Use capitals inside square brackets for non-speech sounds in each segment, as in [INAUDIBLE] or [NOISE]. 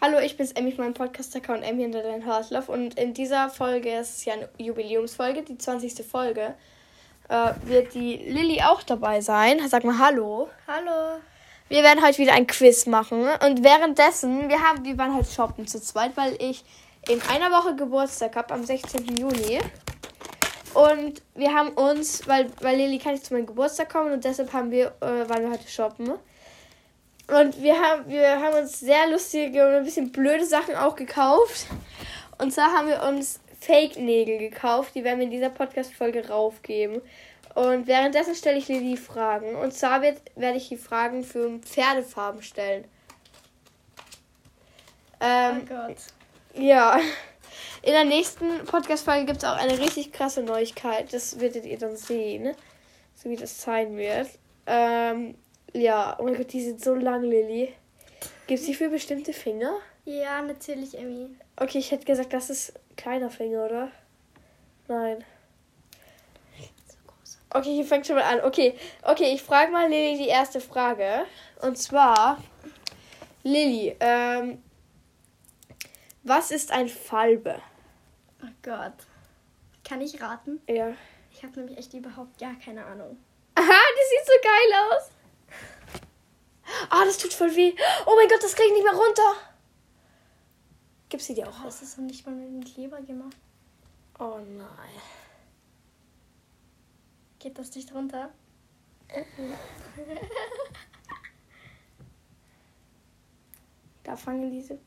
Hallo, ich bin's Emmy von meinem Podcast-Account Emmy hinter dein Haarslauf und in dieser Folge, es ist ja eine Jubiläumsfolge, die 20. Folge, äh, wird die Lilly auch dabei sein. Sag mal Hallo. Hallo. Wir werden heute wieder ein Quiz machen und währenddessen, wir haben, wir waren halt shoppen zu zweit, weil ich in einer Woche Geburtstag habe, am 16. Juni. Und wir haben uns, weil, weil Lilly kann nicht zu meinem Geburtstag kommen und deshalb haben wir, äh, waren wir heute shoppen. Und wir haben, wir haben uns sehr lustige und ein bisschen blöde Sachen auch gekauft. Und zwar haben wir uns Fake-Nägel gekauft. Die werden wir in dieser Podcast-Folge raufgeben. Und währenddessen stelle ich Lilly Fragen. Und zwar wird, werde ich die Fragen für Pferdefarben stellen. Ähm, Gott. ja. In der nächsten Podcast-Folge gibt es auch eine richtig krasse Neuigkeit. Das werdet ihr dann sehen. So wie das sein wird. Ähm, ja, oh mein Gott, die sind so lang, Lilly. Gibt es die für bestimmte Finger? Ja, natürlich, Emmy. Okay, ich hätte gesagt, das ist kleiner Finger, oder? Nein. Okay, hier fängt schon mal an. Okay, okay, ich frage mal Lilly die erste Frage. Und zwar, Lilly, ähm, was ist ein Falbe? Oh Gott. Kann ich raten? Ja. Aha, Ich habe nämlich echt überhaupt gar keine Ahnung. das sieht so geil aus. Ah, das tut voll weh. Oh mein Gott, das krieg ich nicht mehr runter. Gib sie dir auch Oh, aus. hast du es noch nicht mal mit dem Kleber gemacht? Oh nein. Geht das nicht runter? Da fangen diese.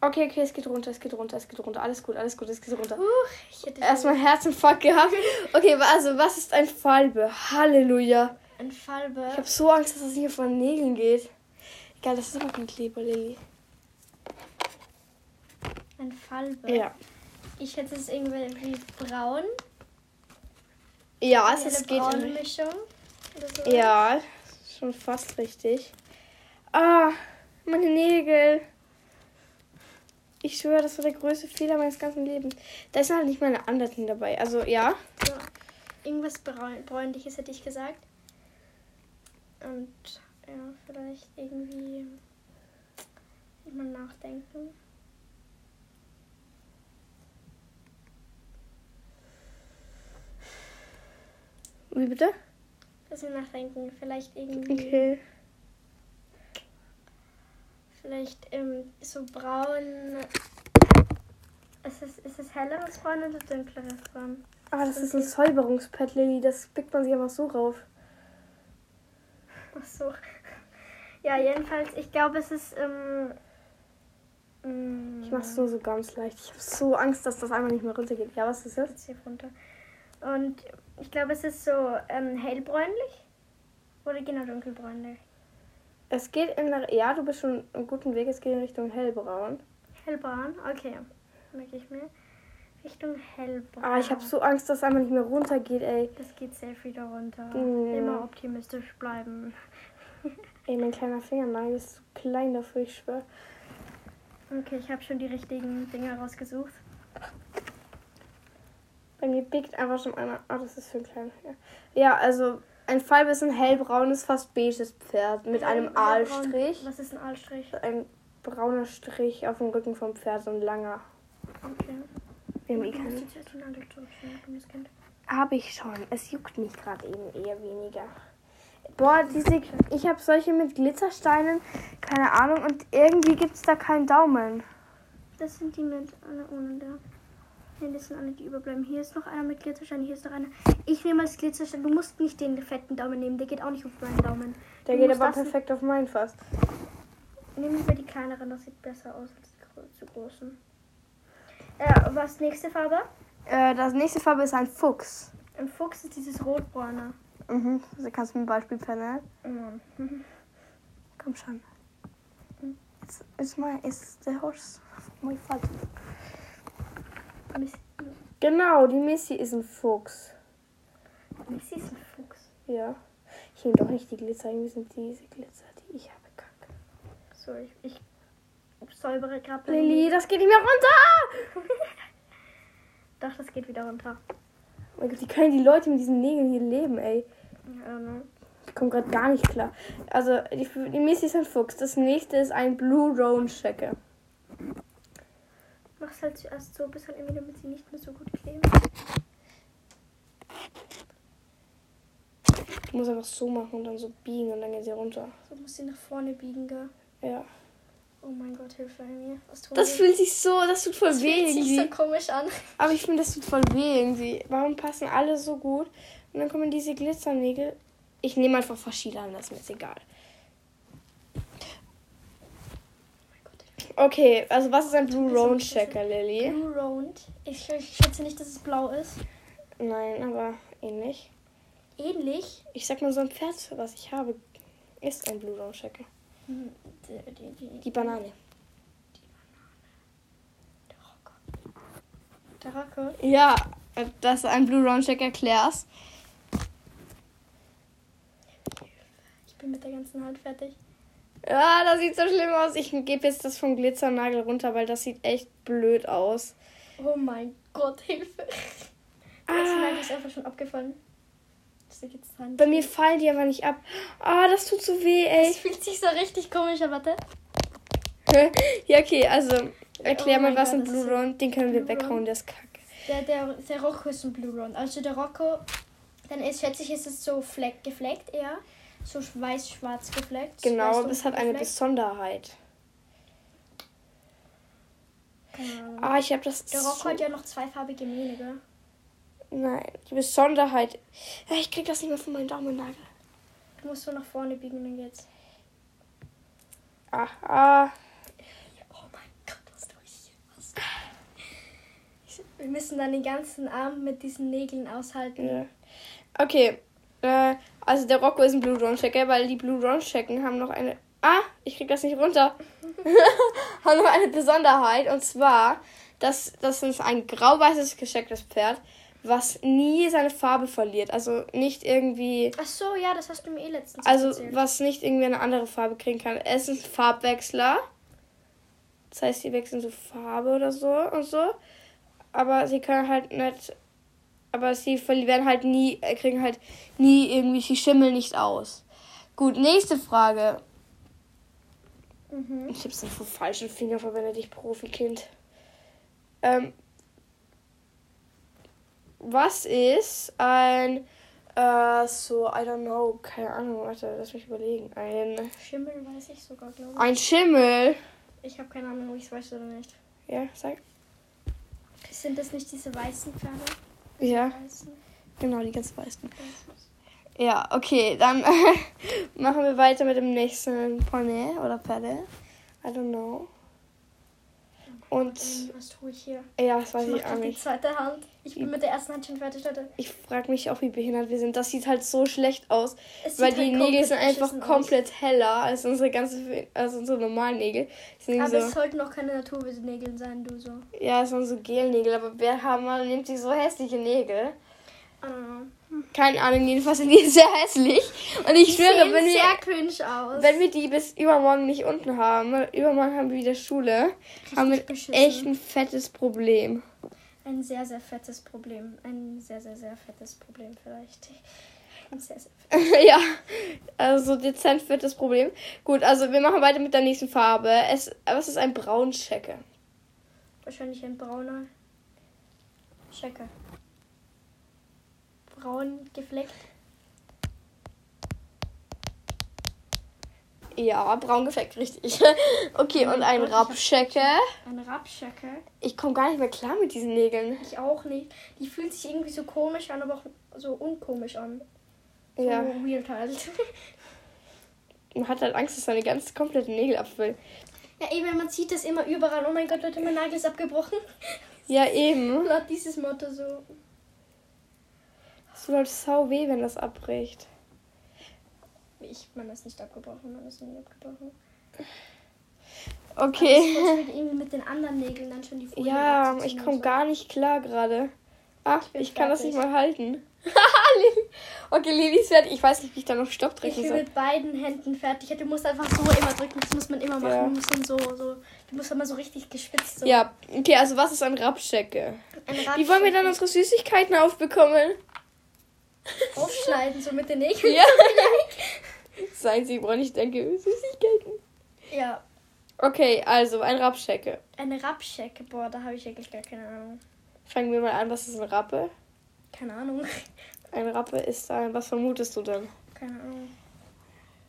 Okay, okay, es geht runter, es geht runter, es geht runter. Alles gut, alles gut, es geht runter. Huch, ich hätte Erstmal Herzinfarkt gehabt. Okay, wa- also, was ist ein Falbe? Halleluja. ein Ich Falbe. habe so Angst, dass das hier von den Nägeln geht. Egal, das ist aber kein Kleber, Lilly. Ein Falbe. Ja. Ich hätte es irgendwie braun. Ja, es Eine es geht. braune In, Mischung. Oder so. ja, schon fast richtig. Ah, meine Nägel. Ich schwöre, das war der größte Fehler meines ganzen Lebens. Da ist halt nicht mal eine Anleitung dabei. Also, ja. So. Irgendwas braun, bräunliches hätte ich gesagt. Und ja, vielleicht irgendwie immer nachdenken. Wie bitte? Bisschen nachdenken. Vielleicht irgendwie. Okay. Vielleicht ähm, so braun. Ist es, ist es helleres Braun oder dunkleres Braun? [LAUGHS] Ah, das ist ein Säuberungspad, Lilly. Das pickt man sich einfach so rauf. Ach so. Ja, jedenfalls, ich glaube, es ist. Ähm, mm, Ich mach's nur so ganz leicht. Ich habe so Angst, dass das einmal nicht mehr runtergeht. Ja, was ist das? jetzt hier runter. Und ich glaube, es ist so ähm, hellbräunlich. Oder genau dunkelbräunlich. Es geht in der. Ja, du bist schon im guten Weg. Es geht in Richtung hellbraun. Hellbraun, okay. Merke ich mir. Richtung hellbraun. Ah, ich habe so Angst, dass es einmal nicht mehr runtergeht, ey. Das geht safe wieder runter. Mm. Immer optimistisch bleiben. Ey, mein kleiner Fingernagel ist zu klein dafür, ich schwör. Okay, ich habe schon die richtigen Dinger rausgesucht. Bei mir biegt einfach schon einer. Ah, das ist für einen kleinen Finger. Ja, also ein Falbe ist ein hellbraunes, fast beiges Pferd mit einem Hellbraun. Aalstrich. Was ist ein Aalstrich? Ein brauner Strich auf dem Rücken vom Pferd, so ein langer. Okay. Wir haben eh Du musst keinen. jetzt erst den Aalstrich durchschneiden, dummes Kind. Habe ich schon. Es juckt mich gerade eben eher weniger. Boah, diese, ich habe solche mit Glitzersteinen, keine Ahnung, und irgendwie gibt es da keinen Daumen. Das sind die mit alle ohne da. Nein, das sind alle, die überbleiben. Hier ist noch einer mit Glitzerstein, hier ist noch einer. Ich nehme als Glitzerstein. Du musst nicht den fetten Daumen nehmen, der geht auch nicht auf meinen Daumen. Der Du geht musst aber das- perfekt auf meinen fast. Nimm lieber die kleineren, das sieht besser aus als die gro- zu großen. Äh, was nächste Farbe? Äh, das nächste Farbe ist ein Fuchs. Im Fuchs ist dieses rotbraune. Mhm, also kannst du mir ein Beispiel pennen. Mhm. Komm schon. It's, it's my, it's the horse. My father. Miss- Genau, die Missy ist ein Fuchs. Missy ist ein Fuchs. Ja. Ich nehme doch nicht die Glitzer, irgendwie sind diese Glitzer, die ich habe. Kacke. So, ich, ich säubere gerade. Lilly, das geht nicht mehr runter! Doch, das geht wieder runter. Oh Mein Gott, wie können die Leute mit diesen Nägeln hier leben, ey? Ähm, komme gerade gar nicht klar. Also, die, die Missy ist ein Fuchs. Das nächste ist ein Blue Roan Checker. Mach's halt zuerst so, bis halt irgendwie, damit sie nicht mehr so gut kleben. Ich muss einfach so machen und dann so biegen und dann geht sie runter. So muss sie nach vorne biegen, gell? Ja. Oh mein Gott, Hilfe, Emmy. Was tun Das wir? fühlt sich so, das tut voll Das weh fühlt sich so irgendwie. komisch an. Aber ich finde, das tut voll weh irgendwie. Warum passen alle so gut? Und dann kommen diese Glitzernägel. Ich nehme einfach verschiedene an, das ist mir jetzt egal. Okay, also was ist ein Blue Wieso Roan muss das Checker, Lilly? Blue Round. Ich, ich schätze nicht, dass es blau ist. Nein, aber ähnlich. Ähnlich. Ich sag mal, so ein Pferd, was ich habe, ist ein Blue Roan Checker. Hm, die- die- die- Die Banane. Der Rock. Der Rock. Ja, dass du einen Blue Roan Checker klärst. Ich bin mit der ganzen Hand fertig. Ja, das sieht so schlimm aus. Ich gebe jetzt das vom Glitzernagel runter, weil das sieht echt blöd aus. Oh mein Gott, Hilfe. Ah. Der ganze Nagel ist einfach schon abgefallen. Das ist jetzt Hand. Bei mir fallen die aber nicht ab. Ah, das tut so weh, ey. Es fühlt sich so richtig komisch an, warte. ja, okay, also erklär Oh mal, mein was Gott, ein das Blue ist ja- Roan, den können wir Blue Roan. weghauen, der ist kacke. Der, der, der Rocco ist ein Blue Round. Also der Rocco, dann ist, schätze ich, ist es so fleck, gefleckt eher. So weiß-schwarz gefleckt. Genau, Weiß-dunkel das hat eine gefleckt. Besonderheit. Keine Ahnung. Ah, ich habe das. Der so- Rocco hat ja noch zweifarbige Mähne, gell? Nein, die Besonderheit. Ja, Ich krieg das nicht mehr von meinem Daumennagel. Du musst so nach vorne biegen, dann geht's. Ah, ah. Oh mein Gott, was du hier hast. Ich, wir müssen dann den ganzen Arm mit diesen Nägeln aushalten. Ja. Okay. Äh, also der Rocco ist ein Blue Drone Checker, weil die Blue Drone Checken haben noch eine. Ah, ich krieg das nicht runter. haben noch eine Besonderheit und zwar, dass das ist ein grau-weißes geschecktes Pferd, was nie seine Farbe verliert. Also nicht irgendwie. Ach so, ja, das hast du mir eh letztens Also erzählt. was nicht irgendwie eine andere Farbe kriegen kann. Es ist ein Farbwechsler. Das heißt, sie wechseln so Farbe oder so und so. Aber sie können halt nicht. Aber sie verli- werden halt nie, äh, kriegen halt nie irgendwie, sie schimmeln nicht aus. Gut, nächste Frage. Mhm. Ich hab's den falschen Finger verwendet, ich Profikind. Ähm, was ist ein, äh, so, I don't know, keine Ahnung, warte, lass mich überlegen. Ein, Schimmel weiß ich sogar, glaube ich. ein Schimmel. Ich habe keine Ahnung, ob ich es weiß oder nicht. Ja, sag. Sind das nicht diese weißen Pferde? Ja, Weißen? genau, die ganz weißen. Ja, okay, dann [LAUGHS] machen wir weiter mit dem nächsten Pony oder Pferde. I don't know. Und, Ähm, was tue ich hier? ja, das weiß Ich ich, mach auch doch die nicht. zweite Hand. Ich bin mit der ersten Hand schon fertig, Leute. Ich frage mich auch, wie behindert wir sind. Das sieht halt so schlecht aus. Es sieht Weil halt die Nägel komplett sind einfach beschissen aus. komplett heller als unsere ganze, als unsere normalen Nägel. Die Sind Aber irgendwie es so, sollten auch keine Naturnägel sein, du so. ja, es sind so Gelnägel, aber wer haben, man nimmt sich so hässliche Nägel? I don't know. Keine Ahnung, jedenfalls sind die [LAUGHS] sehr hässlich. Und ich schwöre, Sehen wenn sehr wir, cringe aus. wenn wir die bis übermorgen nicht unten haben, weil übermorgen haben wir wieder Schule, haben wir beschissen. echt ein fettes Problem. [LAUGHS] Ein sehr, sehr fettes Problem. Ein sehr, sehr, sehr fettes Problem vielleicht. Ein sehr, sehr fettes ja, also dezent wird das Problem. Gut, also wir machen weiter mit der nächsten Farbe. Es, was ist ein Braunschecke? Wahrscheinlich ein brauner Checker. Braun gefleckt. Ja, braun gefleckt, richtig. [LAUGHS] Okay, und ein Gott, ich hab- Rapschecke. Ein Rapschecker. Ich komme gar nicht mehr klar mit diesen Nägeln. Ich auch nicht. Die fühlen sich irgendwie so komisch an, aber auch so unkomisch an. So Ja, weird halt. [LAUGHS] man hat halt Angst, dass seine ganz kompletten Nägel abfüllen. Ja, eben, man sieht das immer überall. Oh mein Gott, Leute, mein Nagel ist abgebrochen. [LAUGHS] Ja, eben. Laut dieses Motto so. Es tut halt sau weh, wenn das abbricht. Ich, man ist nicht abgebrochen, man ist nie abgebrochen. Okay. Aber Ich würde irgendwie mit den anderen Nägeln dann schon die Folie Ja, abzuziehen ich und komme so. gar nicht klar gerade. Ach, bin ich kann das fertig. nicht mal halten. [LAUGHS] Haha, Lili. okay, Lilis werde ich weiß nicht, wie ich da noch Stopp Ich drücken bin soll. mit beiden Händen fertig. Du musst einfach so immer drücken. Das muss man immer machen. Ja. Du musst dann so, so. Du musst immer so richtig gespitzt. So. Ja, okay, also was ist ein Rapschecke? Ein Wie wollen wir dann unsere Süßigkeiten aufbekommen? [LAUGHS] Aufschneiden, so mit den Nägeln. Ja. Seien sie woran ich denke, Süßigkeiten. Ja, Okay, also ein Rapschecke. eine Rapschecke. Boah, da habe ich eigentlich gar keine Ahnung. Fangen wir mal an, was ist ein Rappe? Keine Ahnung. [LAUGHS] Ein Rappe ist ein, was vermutest du denn? Keine Ahnung.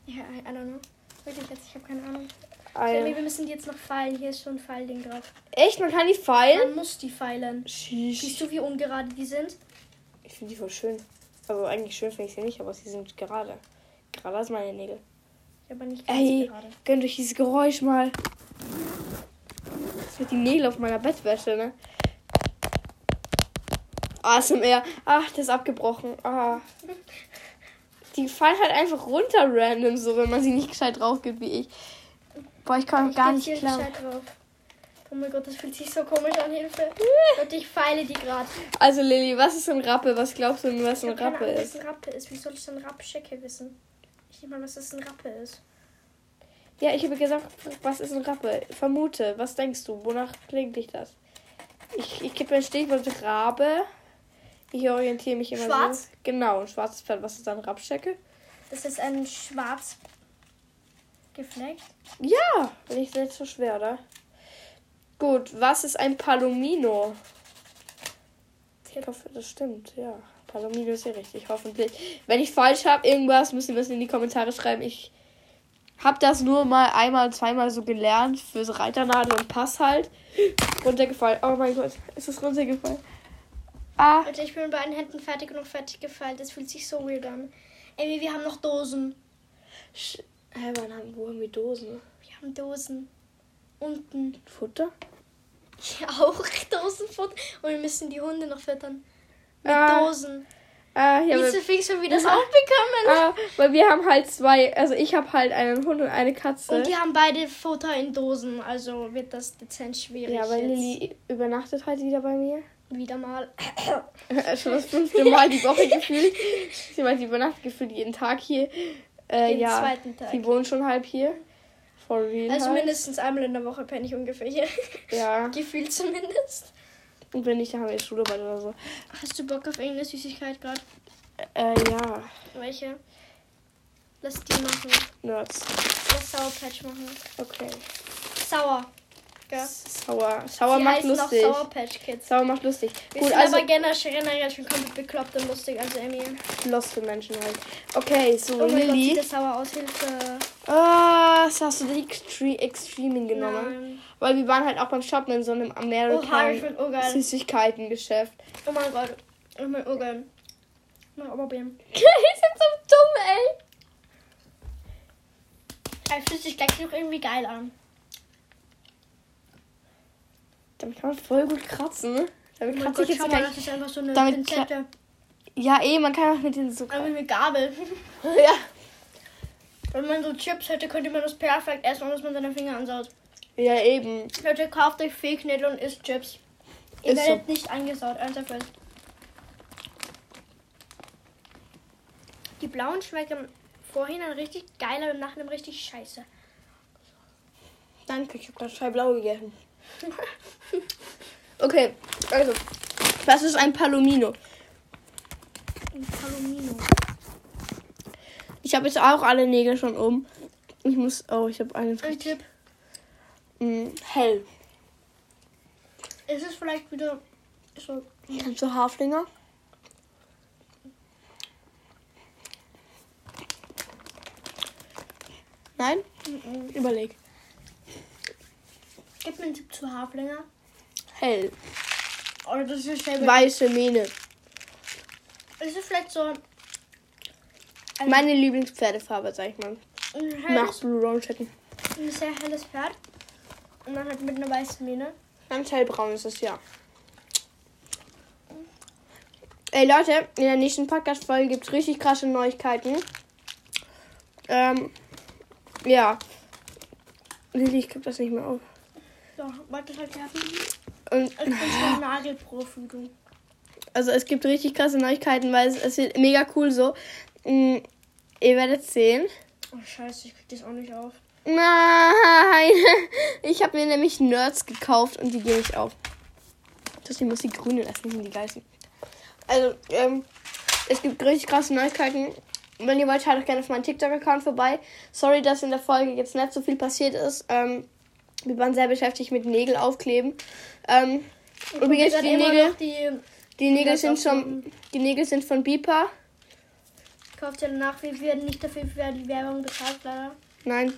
Ja, I I don't know. Wirklich jetzt, ich habe keine Ahnung. Sammy, Ein, wir müssen die jetzt noch feilen. Hier ist schon ein Pfeilding drauf. echt, man kann die feilen? Man muss die feilen. Siehst Sheesh. du, wie ungerade die sind? Ich finde die voll schön. Also eigentlich schön finde ich sie nicht, aber sie sind gerade. Gerade als meine Nägel. Ich habe nicht ganz Ey, gerade. gönnt euch dieses Geräusch mal. Das wird die Nägel auf meiner Bettwäsche, ne? ASMR. Ach, das ist abgebrochen. Ah. Die fallen halt einfach runter random so, wenn man sie nicht gescheit drauf gibt wie ich. Boah, ich komme Ich gar geb nicht dir klar. Bescheid drauf. Oh mein Gott, das fühlt sich so komisch [LAUGHS] an, Äh. Hilfe. Und ich feile die gerade. Also Lilly, was ist ein Rappe? Was glaubst du, denn, was Ich ein hab keine Rappe Ahnung, was ist? ein Rappe ist. Wie soll ich denn Rappschecke wissen? Ich nehme mal, was das ein Rappe ist. Ja, ich habe gesagt, was ist ein Rappe? Vermute, was denkst du? Wonach klingt dich das? Ich, ich gebe mir ein Stichwort Rabe. Ich orientiere mich immer Schwarz? so. Genau, ein schwarzes Pferd. Was ist dann Rapschecke? Das ist ein schwarz gefleckt. Ja, nicht nicht so schwer, oder? Gut, was ist ein Palomino? Ich hoffe, das stimmt, ja. Palomino ist ja richtig, hoffentlich. Wenn ich falsch habe, irgendwas, müssen wir es in die Kommentare schreiben. Ich habe das nur mal einmal, zweimal so gelernt fürs Reiternadel und Pass halt. Runtergefallen. Oh mein Gott, ist es runtergefallen? Ah, Leute, ich bin mit beiden Händen fertig genug fertig gefeilt. Das fühlt sich so weird an. Ey, wir haben noch Dosen. sch- Hä, wann haben, wo haben wir Dosen? Wir haben Dosen. Unten. Futter? Ja, auch [LAUGHS] Dosenfutter. Und wir müssen die Hunde noch füttern. Mit Ah. Dosen. Ah, ja, Wieso wir, fix schon wieder das aufbekommen? ah, [LAUGHS] weil wir haben halt zwei, also ich habe halt einen Hund und eine Katze. Und die haben beide Futter in Dosen, also wird das dezent schwierig. Ja, weil jetzt. Lilly übernachtet heute wieder bei mir. [LAUGHS] Wieder mal. Schon das [LAUGHS] fünfte Mal die Woche gefühlt. Sie meint, sie übernachtet gefühlt jeden Tag hier. Äh, Den ja, zweiten Tag. sie wohnt schon halb hier. For real. Also halt. mindestens einmal in der Woche penne ich ungefähr hier. [LAUGHS] Ja. Gefühlt zumindest. Und wenn nicht, dann haben wir Schularbeit oder so. Hast du Bock auf irgendeine Süßigkeit gerade? Äh, ja. Welche? Lass die machen. Nerds. Lass Sauerpatch machen. Okay. Sauer. Gell? Sauer. Sauer Die macht heißen lustig. auch Sauerpatch Kids. Sauer macht lustig. Wir Gut, sind also aber generell generell schon komplett bekloppt und lustig, also Emmy. loste Menschen halt. Okay, so Oh mein Gott, sieht Lilly. das sauer aus, Hilfe. Ah, das hast du die Extre Extremen genommen. Nein. Oh, Weil wir waren halt auch beim Shoppen in so einem Oha, ich American bin urgeil. Süßigkeitengeschäft. Oh mein Gott. Ich bin urgeil. Mal probieren. [LAUGHS] Die sind so dumm, ey. Er fühlt sich gleich noch irgendwie geil an. Damit kann man voll gut kratzen, ne? Oh Damit mein kratze ich Gott, jetzt schau mal, gleich. das ist einfach so eine Damit Pinzette. Ja, eh, man kann auch mit den so. Einfach eine Gabel. [LAUGHS] Ja. Wenn man so Chips hätte, könnte man das perfekt essen, ohne dass man seine Finger ansaut. Ja, eben. Leute, kauft euch Fehlknödel und isst Chips. Ihr Ist werdet nicht angesaut, ernsthaft. fest. Die blauen schmecken vorhin richtig geiler und nach einem richtig scheiße. Danke, ich habe gerade zwei blaue gegessen. [LAUGHS] okay, also. Was ist ein Palomino? Ein Palomino. Ich habe jetzt auch alle Nägel schon um. Ich muss. Oh, ich habe einen. Ein Tipp. Mm, hell. Ist es vielleicht wieder so Kannst du Haflinger? Nein? Überleg. Gib mir einen Tipp zu Haflinger. Hell. Oder Oh, das ist selber. Weiße Mähne. Ist es vielleicht so ein Meine Lieblingspferdefarbe, sag ich mal. Nach helles, Blue Round Chicken. ein sehr helles Pferd? Und dann halt mit einer weißen Mähne. Ganz hellbraun ist es, ja. Ey Leute, in der nächsten Podcast-Folge gibt es richtig krasse Neuigkeiten. Ähm, ja. Lilly, ich krieg das nicht mehr auf. So, warte halt [LAUGHS] werfen. Und, Ich bin schon Nagelprofi, du. also es gibt richtig krasse Neuigkeiten, weil es, es wird mega cool so. Mm, ihr werdet sehen. Oh scheiße, ich krieg das auch nicht auf. Nein! [LAUGHS] Ich habe mir nämlich Nerds gekauft und die gehen nicht auf. Deswegen muss die grünen essen, die sind die geilsten. Also, ähm, Es gibt richtig krasse Neuigkeiten. Wenn ihr wollt, schaut doch gerne auf meinen TikTok-Account vorbei. Sorry, dass in der Folge jetzt nicht so viel passiert ist. Ähm, wir waren sehr beschäftigt mit Nägel aufkleben. Ähm, übrigens, Dann die immer Nägel, noch die die, Nägel das sind schon, aufkleben. die Nägel sind von Bipa. kauft ihr nach. Wir werden nicht dafür für die Werbung bezahlt, leider. [LAUGHS] Nein,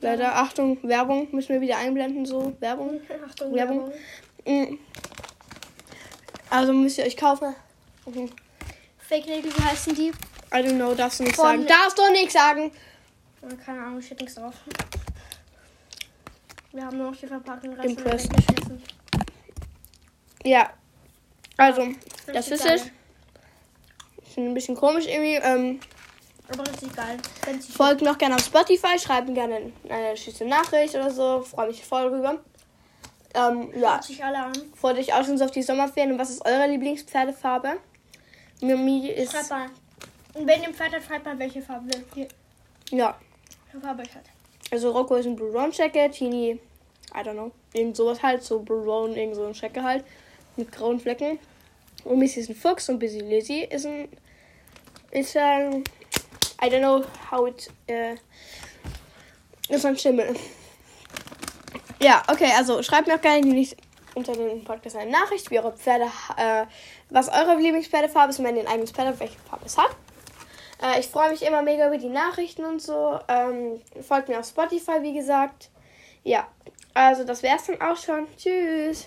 leider. Achtung, Werbung. Müssen wir wieder einblenden, so. Werbung. Achtung, Werbung. Werbung. Mm. Also müsst ihr euch kaufen. Mhm. Fake-Nägel, wie heißen die? I don't know, darfst du nichts Von- sagen. Darfst du nichts sagen. Ja, Oh, Keine Ahnung, steht nichts drauf. Wir haben nur noch die Verpackung rein. Impressed. Ja. Also, das ist es. Ist ein bisschen komisch irgendwie. Ähm, Aber richtig geil. Fancy folgt noch gerne auf Spotify, schreibt mir gerne eine süße Nachricht oder so. Freue mich voll drüber. Ähm, ja. Schaut sich alle an. Freut euch auch schon so auf die Sommerferien. Und was ist eure Lieblingspferdefarbe? Mimi Schreibt ist. mal. Und wenn ihr Pferd habt, schreibt mal, welche Farbe ihr Ja. welche Farbe ich hat. Also Rocco ist ein Blue Round Jacket, Tini, I don't know, irgend sowas halt, so Blue Round, irgend so ein Jacket halt, mit grauen Flecken. Und Missy ist ein Fuchs und Busy Lizzy ist ein, ist ein, I don't know how it, äh, ist ein Schimmel. Ja, okay, also schreibt mir auch gerne nicht unter dem Podcast eine Nachricht, wie eure Pferde, äh, was eure Lieblingspferdefarbe ist und wenn ihr ein eigenes Pferd habt, welche Farbe es hat. Äh, ich freue mich immer mega über die Nachrichten und so. Ähm, folgt mir auf Spotify, wie gesagt. Ja, also das wär's dann auch schon. Tschüss.